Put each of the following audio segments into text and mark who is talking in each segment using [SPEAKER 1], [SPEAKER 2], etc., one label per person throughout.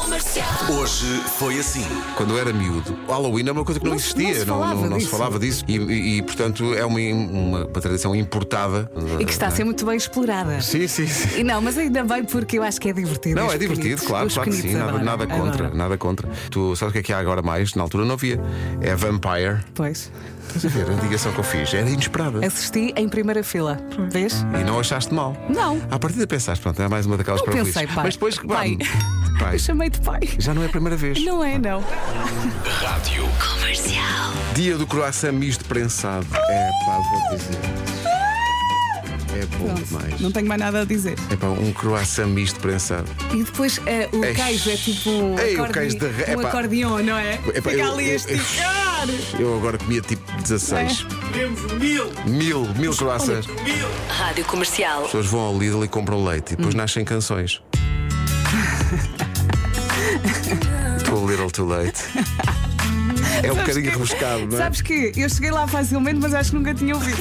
[SPEAKER 1] Comercial.
[SPEAKER 2] Hoje foi assim.
[SPEAKER 3] Quando eu era miúdo, o Halloween é uma coisa que não,
[SPEAKER 4] Não se- não
[SPEAKER 3] existia,
[SPEAKER 4] se falava
[SPEAKER 3] não
[SPEAKER 4] disso.
[SPEAKER 3] falava disso. E, e- e, portanto é uma, uma, uma tradição importada. Ah,
[SPEAKER 4] E que está a ser muito bem explorada.
[SPEAKER 3] Sim, sim, sim.
[SPEAKER 4] E não, mas ainda bem porque eu acho que é divertido.
[SPEAKER 3] Não,
[SPEAKER 4] os
[SPEAKER 3] é divertido,
[SPEAKER 4] pequenitos.
[SPEAKER 3] claro,
[SPEAKER 4] Os
[SPEAKER 3] claro que sim,
[SPEAKER 4] pequenitos
[SPEAKER 3] nada, nada
[SPEAKER 4] adoram,
[SPEAKER 3] contra,
[SPEAKER 4] adoram.
[SPEAKER 3] nada contra. Tu sabes o que é que há agora mais? Na altura não havia. É Vampire.
[SPEAKER 4] Pois.
[SPEAKER 3] Estás a ver, a ligação que eu fiz era inesperada.
[SPEAKER 4] Assisti em primeira fila. Vês?
[SPEAKER 3] E não achaste mal.
[SPEAKER 4] Não.
[SPEAKER 3] À partida pensaste, pronto, é mais uma daquelas
[SPEAKER 4] Não
[SPEAKER 3] para
[SPEAKER 4] pensei,
[SPEAKER 3] felizes.
[SPEAKER 4] pai.
[SPEAKER 3] Mas depois, pá,
[SPEAKER 4] Pai.
[SPEAKER 3] pai,
[SPEAKER 4] Eu chamei-te pai.
[SPEAKER 3] já não é a primeira vez.
[SPEAKER 4] Não é, não.
[SPEAKER 1] Comercial.
[SPEAKER 3] Dia do croissant misto prensado. É pá, vou dizer. É bom demais.
[SPEAKER 4] Não tenho mais nada a dizer.
[SPEAKER 3] É pá, um croissant misto prensado.
[SPEAKER 4] E depois eh, o
[SPEAKER 3] Ei.
[SPEAKER 4] queijo é tipo um,
[SPEAKER 3] Ei, o
[SPEAKER 4] acordeon-
[SPEAKER 3] queijo de re-
[SPEAKER 4] um
[SPEAKER 3] epá.
[SPEAKER 4] acordeão, não é?
[SPEAKER 3] Epá,
[SPEAKER 4] Fica
[SPEAKER 3] eu-
[SPEAKER 4] ali tipo.
[SPEAKER 3] eu-
[SPEAKER 4] a esticar.
[SPEAKER 3] Eu agora comia tipo 16.
[SPEAKER 4] é?
[SPEAKER 3] Mil, mil croissants. As
[SPEAKER 1] Rádio Comercial.
[SPEAKER 3] pessoas vão ao Lidl e compram leite e depois nascem canções. Too little too late. É um bocadinho
[SPEAKER 4] que-
[SPEAKER 3] rebuscado, não é?
[SPEAKER 4] Sabes que eu cheguei lá facilmente, mas acho que nunca tinha ouvido.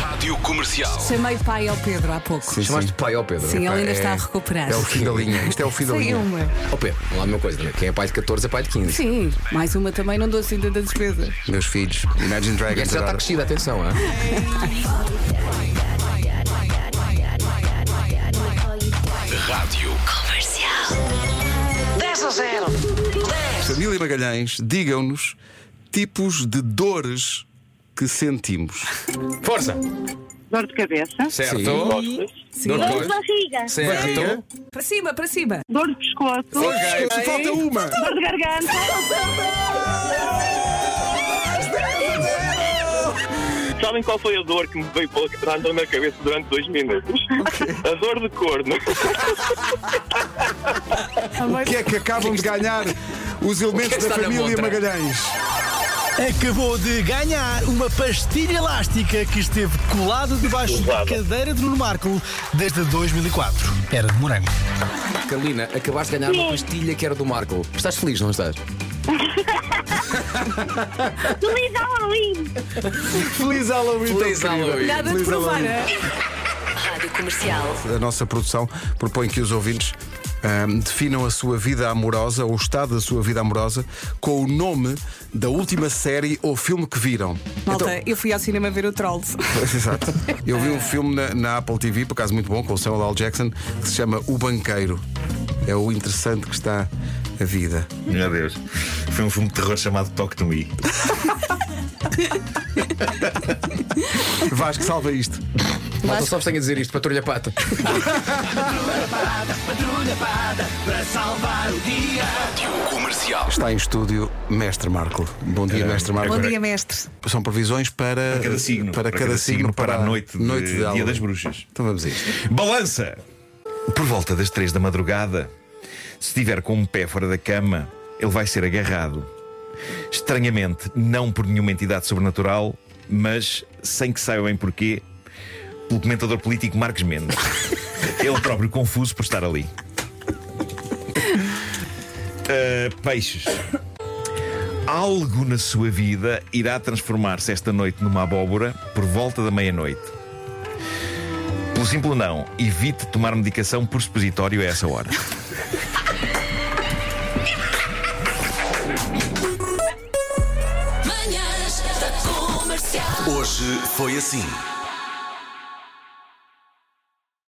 [SPEAKER 2] Rádio Comercial.
[SPEAKER 4] Chamei pai ao Pedro há pouco. Sim,
[SPEAKER 5] Chamaste pai ao Pedro.
[SPEAKER 4] ele
[SPEAKER 5] Epá,
[SPEAKER 4] ainda
[SPEAKER 5] é-
[SPEAKER 4] está a recuperar.
[SPEAKER 3] É o fim da linha. Isto é o fim da
[SPEAKER 4] Sei
[SPEAKER 3] linha.
[SPEAKER 4] uma.
[SPEAKER 5] Ó Pedro, vamos lá a mesma coisa.
[SPEAKER 3] né?
[SPEAKER 5] Também. Quem é pai de 14 é pai de 15.
[SPEAKER 4] Sim, mais uma também não dou assim tanta despesa.
[SPEAKER 3] Meus filhos, Imagine Dragons.
[SPEAKER 5] Este já está
[SPEAKER 3] agora.
[SPEAKER 5] crescido, atenção, hã?
[SPEAKER 3] Família Magalhães, digam-nos tipos de dores que sentimos.
[SPEAKER 5] Força!
[SPEAKER 6] Dor de cabeça,
[SPEAKER 5] Certo.
[SPEAKER 3] Sim.
[SPEAKER 4] Sim.
[SPEAKER 5] Dor de
[SPEAKER 7] Dor de barriga.
[SPEAKER 3] Barriga.
[SPEAKER 5] Certo.
[SPEAKER 4] Para cima, para cima.
[SPEAKER 6] dor de pescoço,
[SPEAKER 3] Ok, Falta uma.
[SPEAKER 6] dor de garganta,
[SPEAKER 8] Sabem qual foi a dor que me veio andando na cabeça durante dois minutos? A dor de corno.
[SPEAKER 3] O que é que acabam de ganhar os elementos
[SPEAKER 5] está
[SPEAKER 3] da
[SPEAKER 5] na
[SPEAKER 3] família
[SPEAKER 5] montra?
[SPEAKER 3] Magalhães?
[SPEAKER 9] Acabou de ganhar uma pastilha elástica que esteve colado debaixo da cadeira de Nuno Marco desde 2004. Era de morango.
[SPEAKER 5] Carolina, acabaste de ganhar uma pastilha que era do Marco. Estás feliz, não estás?
[SPEAKER 7] Feliz Halloween.
[SPEAKER 3] Feliz Halloween,
[SPEAKER 5] Feliz Halloween.
[SPEAKER 4] Nada de provar. é?
[SPEAKER 1] Rádio Comercial.
[SPEAKER 3] A nossa produção propõe que os ouvintes ahm, definam a sua vida amorosa ou o estado da sua vida amorosa com o nome da última série ou filme que viram.
[SPEAKER 4] Malta, eu fui ao cinema ver o Trolls.
[SPEAKER 3] Exato. Eu vi um filme na, na Apple TV, por acaso muito bom, com o Samuel L. Jackson, que se chama O Banqueiro. É o interessante que está a vida.
[SPEAKER 10] Meu Deus. Foi um filme de terror chamado Toque no I.
[SPEAKER 3] Vasco, salva isto.
[SPEAKER 5] Malta, só vos tenho a dizer isto, patrulha pata.
[SPEAKER 2] Comercial.
[SPEAKER 3] Está em estúdio Mestre Marco. Bom dia, Mestre Marco.
[SPEAKER 4] Bom dia, mestre.
[SPEAKER 3] São previsões para,
[SPEAKER 10] Para cada signo.
[SPEAKER 3] para, cada signo, para,
[SPEAKER 10] a noite, de, Dia
[SPEAKER 3] Halloween.
[SPEAKER 10] das Bruxas.
[SPEAKER 3] Então vamos a isto.
[SPEAKER 10] Balança! Por volta das três da madrugada, se estiver com um pé fora da cama, ele vai ser agarrado. Estranhamente, não por nenhuma entidade sobrenatural, mas sem que saibam bem porquê, pelo comentador político Marcos Mendes. ele próprio confuso por estar ali. Uh, peixes. Algo na sua vida irá transformar-se esta noite numa abóbora por volta da meia-noite. Pelo Um simples não, evite tomar medicação por supositório a essa hora.
[SPEAKER 1] Manhãs da Comercial.
[SPEAKER 2] Hoje foi assim.